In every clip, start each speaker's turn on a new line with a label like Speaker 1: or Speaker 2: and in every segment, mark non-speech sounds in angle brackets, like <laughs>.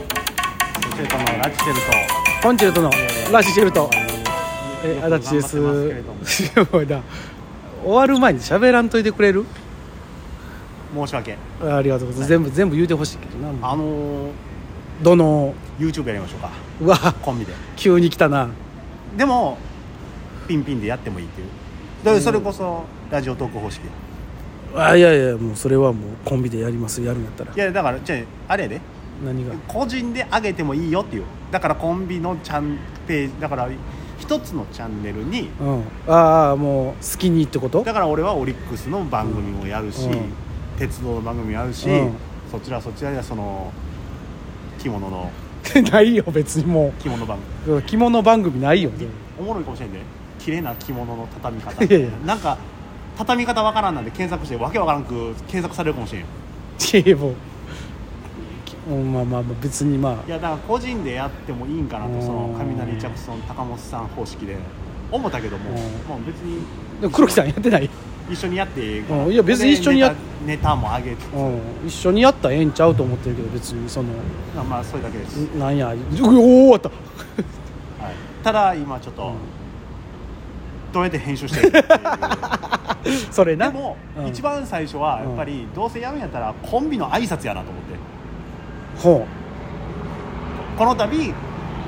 Speaker 1: チェルトのラチチェルト
Speaker 2: コンチェルトのラッシュチェルト
Speaker 1: え
Speaker 2: え
Speaker 1: ー
Speaker 2: 足立です
Speaker 1: よく頑張ってますけれども
Speaker 2: お前な <laughs> 終わる前に喋らんといてくれる
Speaker 1: 申し訳
Speaker 2: あありがとうございます、全部全部言うてほしいけどな
Speaker 1: あのー、
Speaker 2: どの
Speaker 1: YouTube やりましょうか
Speaker 2: うわ
Speaker 1: コンビで
Speaker 2: 急に来たな
Speaker 1: でもピンピンでやってもいいっていうだからそれこそラジオトーク方式
Speaker 2: あいやいやもうそれはもうコンビでやりますやるんやったら
Speaker 1: いやだからじゃああれやで
Speaker 2: 何が
Speaker 1: 個人で上げてもいいよっていうだからコンビのチャンページだから一つのチャンネルに
Speaker 2: うんああもう好きにってこと
Speaker 1: だから俺はオリックスの番組もやるし、
Speaker 2: うん
Speaker 1: 鉄道の番組もやるし、
Speaker 2: うん
Speaker 1: そちらはそちらでその着物の
Speaker 2: <laughs> ないよ別にも
Speaker 1: 着物番組
Speaker 2: う着物番組ないよ
Speaker 1: おもろいかもしれんで綺麗な着物の畳み方
Speaker 2: いやいや
Speaker 1: なんか畳み方わからんなんで検索してわけわからんく検索されるかもしれんよ
Speaker 2: いやもうきうんまあまあまあ別にまあ
Speaker 1: いやだから個人でやってもいいんかな
Speaker 2: うん
Speaker 1: とその雷ジャクソン高本さん方式で思ったけども
Speaker 2: うん
Speaker 1: もう別に
Speaker 2: でも黒木さんやってない、
Speaker 1: 一緒にやってええ
Speaker 2: うんいや別に一緒にやっ
Speaker 1: でネタネタも上げて
Speaker 2: うん、一緒にやったらええんちゃうと思ってるけど別にその
Speaker 1: まあそれだけです、
Speaker 2: んなんやおお終わ <laughs> った
Speaker 1: はい、ただ今ちょっと、どうやって編集してるかっていう
Speaker 2: そ <laughs> れな
Speaker 1: でも、
Speaker 2: うん
Speaker 1: 一番最初はやっぱりどうせやるんやったらコンビの挨拶やなと思って
Speaker 2: ほ
Speaker 1: この度
Speaker 2: う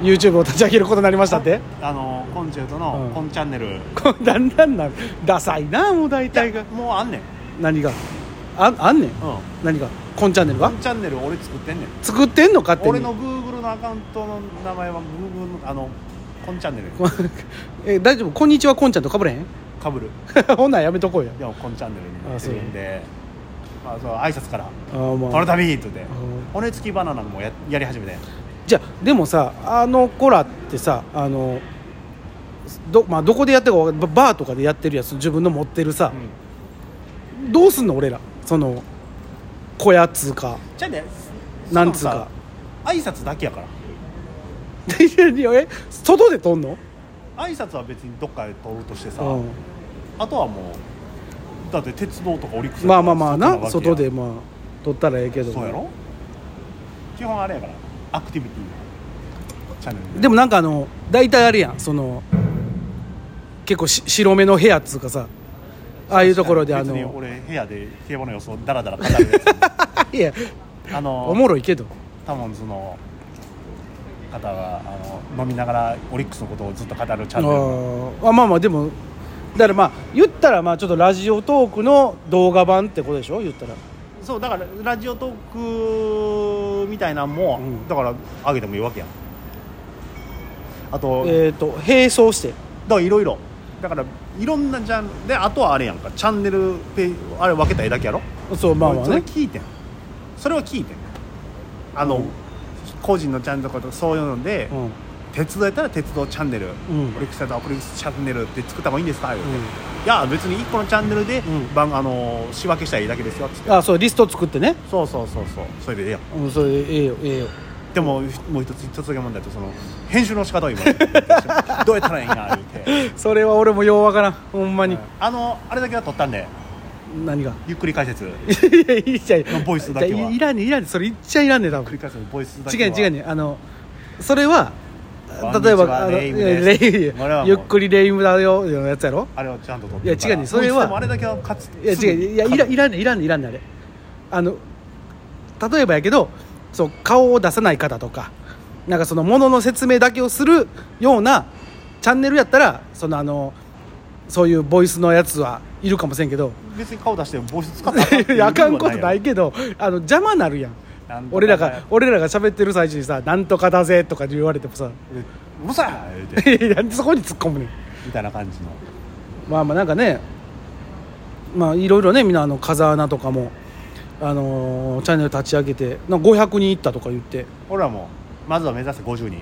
Speaker 2: YouTube を立ち上げることになりましたって
Speaker 1: あのコンチェルトの
Speaker 2: うん
Speaker 1: コンチャンネル、い
Speaker 2: こうだんだんなダサいなもう大体
Speaker 1: や
Speaker 2: が
Speaker 1: もうあんねん、うん、
Speaker 2: 何がああんねん
Speaker 1: コ
Speaker 2: 何がこんチャンネルが
Speaker 1: ンチャンネル俺作ってんねん
Speaker 2: 作ってんの勝手に
Speaker 1: 俺のグーグルのアカウントの名前はグーグルのあのコンチャンネル
Speaker 2: こ <laughs> え大丈夫こんにちはこんちゃんとかぶれへん <laughs>
Speaker 1: かぶる
Speaker 2: ほんなんやめとこうや
Speaker 1: でもコンチャンネルにな
Speaker 2: あ
Speaker 1: って
Speaker 2: そう
Speaker 1: るんでまあそう挨拶から
Speaker 2: あー
Speaker 1: 「
Speaker 2: まあ
Speaker 1: この度」って言って
Speaker 2: ん
Speaker 1: 「骨付きバナナ」もややり始めて
Speaker 2: じゃあでもさあの子らってさあのど,、まあ、どこでやってるかわかんババーとかでやってるやつ自分の持ってるさ、どうすんの俺らその小屋つうか
Speaker 1: じゃあね
Speaker 2: なんつうか
Speaker 1: そのさ挨拶だけやから
Speaker 2: え外で撮んの
Speaker 1: 挨拶は別にどっかで撮るとしてさ、
Speaker 2: うん
Speaker 1: あとはもうだって鉄道とかオリックス
Speaker 2: まあまあまあ
Speaker 1: なわけ
Speaker 2: な
Speaker 1: や
Speaker 2: 外でまあ撮ったらええけど
Speaker 1: そうやろ基本あれやからアクティビティチャンネル
Speaker 2: でもなんかあの大体あれやんその結構し白目の部屋っつうかさああいうところであ
Speaker 1: 別に
Speaker 2: の
Speaker 1: 俺部屋で競馬の様子をダラダラ語るや
Speaker 2: <laughs>
Speaker 1: つ
Speaker 2: いや
Speaker 1: あの
Speaker 2: おもろいけど
Speaker 1: タモンズの方があの飲みながらオリックスのことをずっと語るチャンネ
Speaker 2: あーあまあまあでもだからまあ言ったらまあちょっとラジオトークの動画版ってことでしょ言ったら
Speaker 1: ルそうだからラジオトークみたいなんも、
Speaker 2: うん
Speaker 1: だから上げてもいいわけやんあと、だか
Speaker 2: えっ、と並走して
Speaker 1: らいろいろだからいろんなジャンルであとはあれやんかチャンネルページあれ分けたいだけやろ
Speaker 2: そうまあまあ
Speaker 1: それ
Speaker 2: ね
Speaker 1: 聞いてんそれは聞いてんあの、個人のチャンネルとかそういうので、
Speaker 2: うん
Speaker 1: 鉄道やったら鉄道チャンネル、
Speaker 2: ん
Speaker 1: オリックスやったらオリックスチャンネルって作った方がいいんですか言うて、
Speaker 2: うん
Speaker 1: いや別に1個のチャンネルで、
Speaker 2: うん
Speaker 1: 番あの仕分けしたらいいだけですよっつって
Speaker 2: あそうリスト作ってね
Speaker 1: そうそうそうそうそれでええやん
Speaker 2: うんそれでええよええよ
Speaker 1: でももう一つ一つだけ問題とその編集の仕方を
Speaker 2: <laughs>
Speaker 1: 今どうやったらいいんや言うて
Speaker 2: それは俺もようわからんほんまに、
Speaker 1: あのあれだけは撮ったんで
Speaker 2: 何
Speaker 1: <laughs>
Speaker 2: が
Speaker 1: ゆっくり解説ゆっ
Speaker 2: いやいいじゃん
Speaker 1: ボイスだけはい
Speaker 2: やいらんねんいらんねんそれいっちゃいらんねん多
Speaker 1: く
Speaker 2: 分
Speaker 1: り解説のボイスだ
Speaker 2: 違う
Speaker 1: けは
Speaker 2: ねん違うねんあのそれは
Speaker 1: こんにちは
Speaker 2: 例えばあの
Speaker 1: レイムです
Speaker 2: いやレイム
Speaker 1: 俺はもう
Speaker 2: ゆっくりレイムだよのやつやろ
Speaker 1: あれはちゃんと撮って
Speaker 2: いや違うねそれは
Speaker 1: でもあれだけはかつ
Speaker 2: いや違ういやいらいらんねんいらんねんいらんねんあれあの例えばやけどそう顔を出さない方とかなんかそのものの説明だけをするようなチャンネルやったらそのあのそういうボイスのやつはいるかもしれんけど
Speaker 1: 別に顔出してボイス使ったらって
Speaker 2: い
Speaker 1: いう
Speaker 2: や <laughs> あかんことない
Speaker 1: ルールは
Speaker 2: けどあの邪魔なるや
Speaker 1: や
Speaker 2: ん
Speaker 1: ろ
Speaker 2: 俺らが俺らが喋ってる最中にさ「なんとかだぜ」とか言われてもさ <laughs> 「
Speaker 1: でうるさい言うて
Speaker 2: いやなんでそこに突っ込むねん」
Speaker 1: みたいな感じの
Speaker 2: まあまあなんかねまあいろいろねみんなあの風穴とかも、あのーチャンネル立ち上げてなんか500人いったとか言って
Speaker 1: 俺らもまずは目指せ50人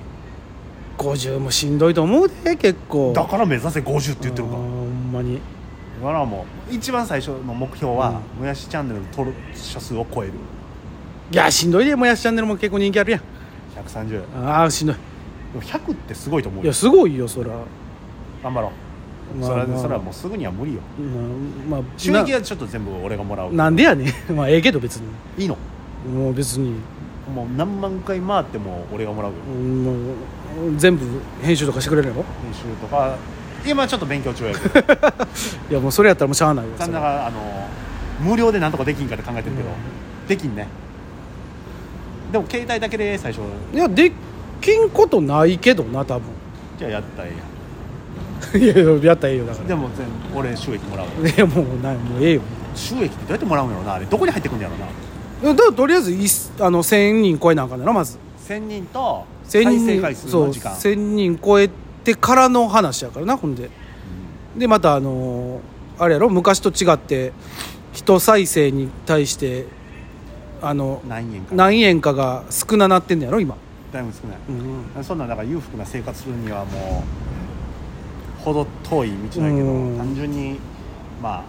Speaker 2: 50もしんどいと思うで結構
Speaker 1: だから目指せ50って言ってる
Speaker 2: あー
Speaker 1: から
Speaker 2: ほんまに
Speaker 1: 俺らも一番最初の目標は、もやしチャンネルの登録者数を超える
Speaker 2: いやしんどいでもやしチャンネルも結構人気あるやん
Speaker 1: 130で
Speaker 2: ああしんどい
Speaker 1: も100ってすごいと思う
Speaker 2: い
Speaker 1: よ
Speaker 2: やすごいよそら
Speaker 1: 頑張ろう
Speaker 2: まあ
Speaker 1: それは
Speaker 2: まあ
Speaker 1: それはもうすぐには無理よ
Speaker 2: うんまあ
Speaker 1: 収益はちょっと全部俺がもらう
Speaker 2: <laughs> ななんでやねんまあええけど別に
Speaker 1: いいの
Speaker 2: もう別に
Speaker 1: もう何万回回っても俺がもらうよ、
Speaker 2: うんもう全部編集とかしてくれるやろ
Speaker 1: 編集とか今ちょっと勉強中やけど
Speaker 2: いやもうそれやったらもうしゃあないわ
Speaker 1: 残
Speaker 2: そ
Speaker 1: 念
Speaker 2: れ
Speaker 1: ながらあの無料でなんとかできんかって考えてるけど、できんねでも携帯だけで最初
Speaker 2: いやできんことないけどな多分 <laughs>
Speaker 1: じゃあやったらええや
Speaker 2: いやいややったらええよだか
Speaker 1: ん
Speaker 2: ら
Speaker 1: でも全俺収益もらうよ <laughs>
Speaker 2: いやもうないもうええよ
Speaker 1: 収益ってどうやってもらうんやろなあれどこに入ってくんのやろな
Speaker 2: でもだからとりあえずいっあの1000人超えなあかんねんなまず
Speaker 1: 1000人と再
Speaker 2: 1000
Speaker 1: 生回
Speaker 2: 人
Speaker 1: 数
Speaker 2: そう
Speaker 1: の時間
Speaker 2: 1000人超えてからの話やからなほんででまたあのーあれやろ昔と違って人再生に対してあの
Speaker 1: 何円かだ
Speaker 2: 何円かが少ななってんのやろ今、
Speaker 1: いぶ少ない
Speaker 2: うん
Speaker 1: そんなんだから裕福な生活するにはもうほど遠い道なんやけ
Speaker 2: うん
Speaker 1: ど単純にまあ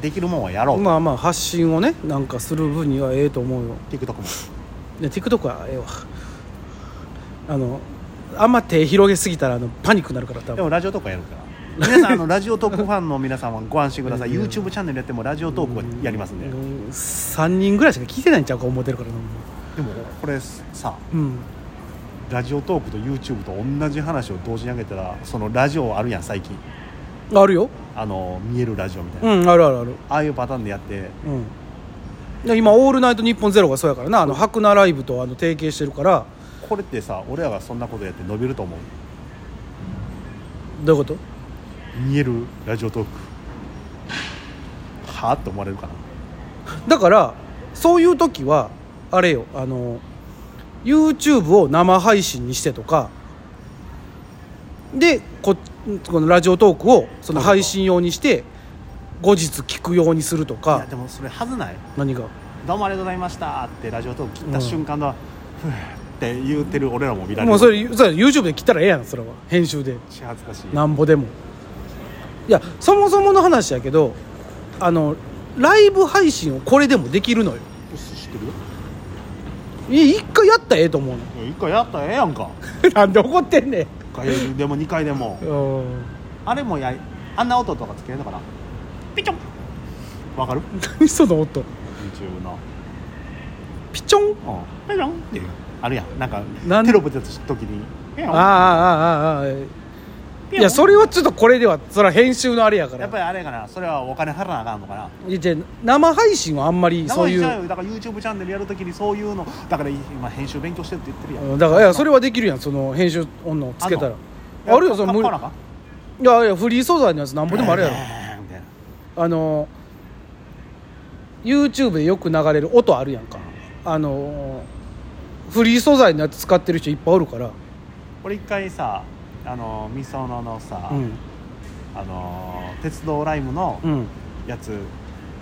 Speaker 1: できるもんはやろう、
Speaker 2: まあまあ発信をねなんかする分にはええと思うよ
Speaker 1: TikTok も
Speaker 2: で TikTok はええわあのあんま手広げすぎたらあのパニックになるから多
Speaker 1: で
Speaker 2: 分
Speaker 1: もラジオトークはやるから皆さんあのラジオトークファンの皆さんはご安心ください YouTube チャンネルやってもラジオトークはやりますんでで
Speaker 2: うん3人ぐらいしか聞いてないんちゃうか思ってるからな
Speaker 1: もこれさ
Speaker 2: うん
Speaker 1: ラジオトークと YouTube と同じ話を同時に上げたらそのラジオあるやん最近
Speaker 2: あるよ
Speaker 1: あの見えるラジオみたいな、
Speaker 2: うんあるあるある
Speaker 1: ああいうパターンでやって
Speaker 2: うんで今「オールナイトニッポンゼロがそうやからなあの白菜ライブとあの提携してるから
Speaker 1: これってさ俺らがそんなことやって伸びると思う
Speaker 2: どういうこと
Speaker 1: 見えるラジオトークはあって思われるかな
Speaker 2: だからそういう時はあれよあの YouTube を生配信にしてとかでここのラジオトークをその配信用にして後日聞くようにすると
Speaker 1: い
Speaker 2: か
Speaker 1: やでもそれはずない
Speaker 2: 何が
Speaker 1: 「どうもありがとうございました」ってラジオトーク切った瞬間だ、ふぅって言うてる俺らも見られる
Speaker 2: もうそれそれ YouTube で切ったらええやんそれは編集で
Speaker 1: し恥ずかしい
Speaker 2: なんぼでもいやそもそもの話やけどあのライブ配信をこれでもできるのよ
Speaker 1: 知ってる
Speaker 2: いや一回やったらええと思うの
Speaker 1: いや一回やったらええやんか
Speaker 2: <laughs> なんで怒ってんねん
Speaker 1: 一回でも二回でも
Speaker 2: うん
Speaker 1: あれもやあんな音とかつけるのかなピチョンわかる
Speaker 2: <laughs> 何その音
Speaker 1: YouTube の
Speaker 2: ピチョン
Speaker 1: うんペロンっていうあるやんなんか
Speaker 2: なん
Speaker 1: テロップ出た時にペロン
Speaker 2: ああああああああいやそれはちょっとこれではそれは編集のあれやか
Speaker 1: やっ
Speaker 2: ら
Speaker 1: ぱりあれやかなそれはお金払わなあかんのかない
Speaker 2: やじゃあ生配信はあんまりそうい
Speaker 1: 生配信
Speaker 2: う
Speaker 1: だから YouTube チャンネルやるときにそういうのだから今編集勉強してるって言ってるやん、
Speaker 2: うんだからいやそれはできるやんその編集音のつけたら
Speaker 1: いや
Speaker 2: あるよその無理
Speaker 1: 買わなあかん
Speaker 2: いやいやフリー素材のやつなんぼでもある
Speaker 1: <laughs>
Speaker 2: やろ
Speaker 1: みたいな
Speaker 2: あの YouTube でよく流れる音あるやんかあのフリー素材のやつ使ってる人いっぱいおるから
Speaker 1: 俺一回さあのみそののさ、
Speaker 2: うん
Speaker 1: あの鉄道ライムの
Speaker 2: うん
Speaker 1: やつ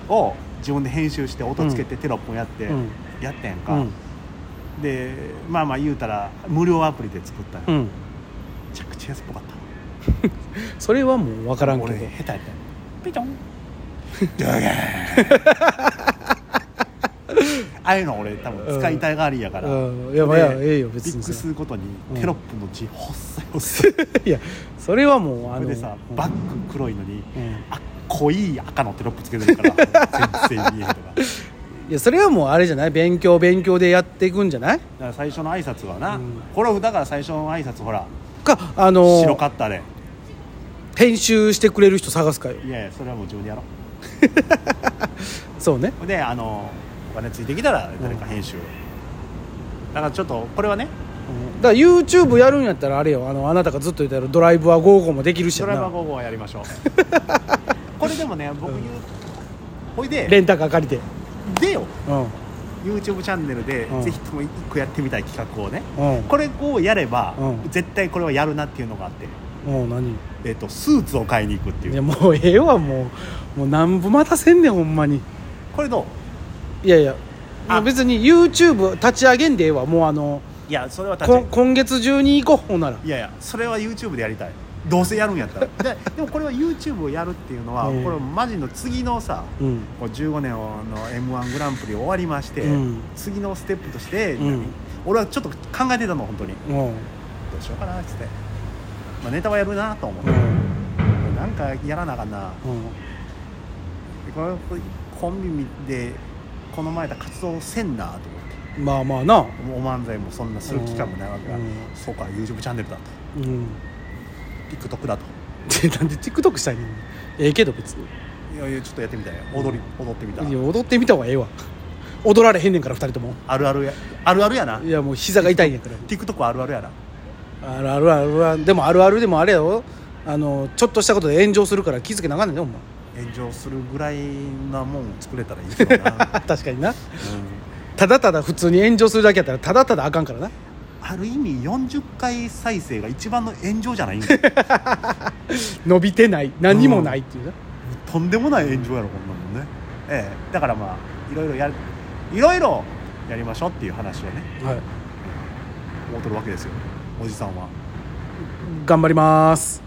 Speaker 1: を自分で編集して音つけてテロップもやって、
Speaker 2: うん
Speaker 1: やってん
Speaker 2: う
Speaker 1: か、
Speaker 2: ん
Speaker 1: でまあまあ言うたら無料アプリで作ったの、
Speaker 2: うん
Speaker 1: めちゃくちゃ安っぽかった
Speaker 2: それはもう分からんけ
Speaker 1: 俺
Speaker 2: ど
Speaker 1: 下手やったよピチョンドゥゲーン <laughs> ああいうの俺多分使いたいがありやから、
Speaker 2: うんいやまあいや
Speaker 1: で
Speaker 2: ええよ別に
Speaker 1: リンクすることに
Speaker 2: うん
Speaker 1: テロップの字細い細い
Speaker 2: <laughs> いやそれはもうあ
Speaker 1: それ
Speaker 2: の
Speaker 1: でさバック黒いのに
Speaker 2: うん
Speaker 1: あ濃い赤のテロップつけてるから全然見えへんとかだか
Speaker 2: いやそれはもうあれじゃない勉強勉強でやっていくんじゃない
Speaker 1: ら最初の挨拶はな、
Speaker 2: うん
Speaker 1: これだから最初の挨拶ほら
Speaker 2: かあ
Speaker 1: 白
Speaker 2: の
Speaker 1: かったで
Speaker 2: 編集してくれる人探すかよ
Speaker 1: いやいやそれはもう自分でやろ
Speaker 2: そうね
Speaker 1: うであのお金ついてきたら誰か編集、だからちょっとこれはね
Speaker 2: だから YouTube やるんやったらあれよあのあなたがずっと言ってるドライブは55もできるし
Speaker 1: ド
Speaker 2: や
Speaker 1: ライバー
Speaker 2: な
Speaker 1: 5号はやりましょ
Speaker 2: <laughs>
Speaker 1: うこれでもね僕言う、ほいで
Speaker 2: レンタカー借りて
Speaker 1: でよ
Speaker 2: うん
Speaker 1: YouTube チャンネルで、
Speaker 2: うん
Speaker 1: ぜひとも一個やってみたい企画をね
Speaker 2: うん
Speaker 1: これをやれば、
Speaker 2: うん
Speaker 1: 絶対これはやるなっていうのがあって、
Speaker 2: もう何
Speaker 1: えっとスーツを買いに行くってい
Speaker 2: いうやもうええわもうもうなんぼ待たせんねんほんまに
Speaker 1: これどう
Speaker 2: いやいや
Speaker 1: あ
Speaker 2: もう別に YouTube 立ち上げんでええわもうあの
Speaker 1: いやそれは確か
Speaker 2: こ
Speaker 1: に
Speaker 2: 今月中に行こうほんなら
Speaker 1: いやいやそれは YouTube でやりたいどうせやるんやったら <laughs> ででもこれは YouTube をやるっていうのは、
Speaker 2: うん
Speaker 1: これマジの次のさ
Speaker 2: うん
Speaker 1: こう15年の m 1グランプリ終わりまして、
Speaker 2: うん
Speaker 1: 次のステップとして、
Speaker 2: うん
Speaker 1: 俺はちょっと考えてたの本当に
Speaker 2: うん
Speaker 1: どうしようかなっつって、まあ、ネタはやるなと思っ
Speaker 2: う
Speaker 1: て、
Speaker 2: ん
Speaker 1: なんかやらなあかんなこれコンビでこの前だ活動せんなと思って
Speaker 2: まあまあな
Speaker 1: お漫才もそんなする期間もないわけだ、
Speaker 2: うん
Speaker 1: そうか YouTube チャンネルだと
Speaker 2: うん
Speaker 1: TikTok だと
Speaker 2: でなんで TikTok したいねんええけど別に
Speaker 1: いやいやちょっとやってみたいよ踊り踊ってみた
Speaker 2: いや踊ってみた方がええわ踊られへんねんから2人とも
Speaker 1: あるあるやあるあるやない
Speaker 2: やもう膝が痛いねんから
Speaker 1: TikTok あるあるやな
Speaker 2: あるあるあるあるでもあるあるでもあれやろあのちょっとしたことで炎上するから気づけなあかんねんねお前
Speaker 1: 炎上するぐらいなもん作れたらいいけどな、
Speaker 2: <laughs> 確かにな
Speaker 1: うん
Speaker 2: ただただ普通に炎上するだけやったらただただあかんからな
Speaker 1: ある意味40回再生が一番の炎上じゃないんだ
Speaker 2: 伸びてない何もないっていうな、
Speaker 1: とんでもない炎上やろこんなもんねええだからまあいろいろやるいろいろやりましょうっていう話をね
Speaker 2: はい、
Speaker 1: 思うとるわけですよおじさんは
Speaker 2: 頑張ります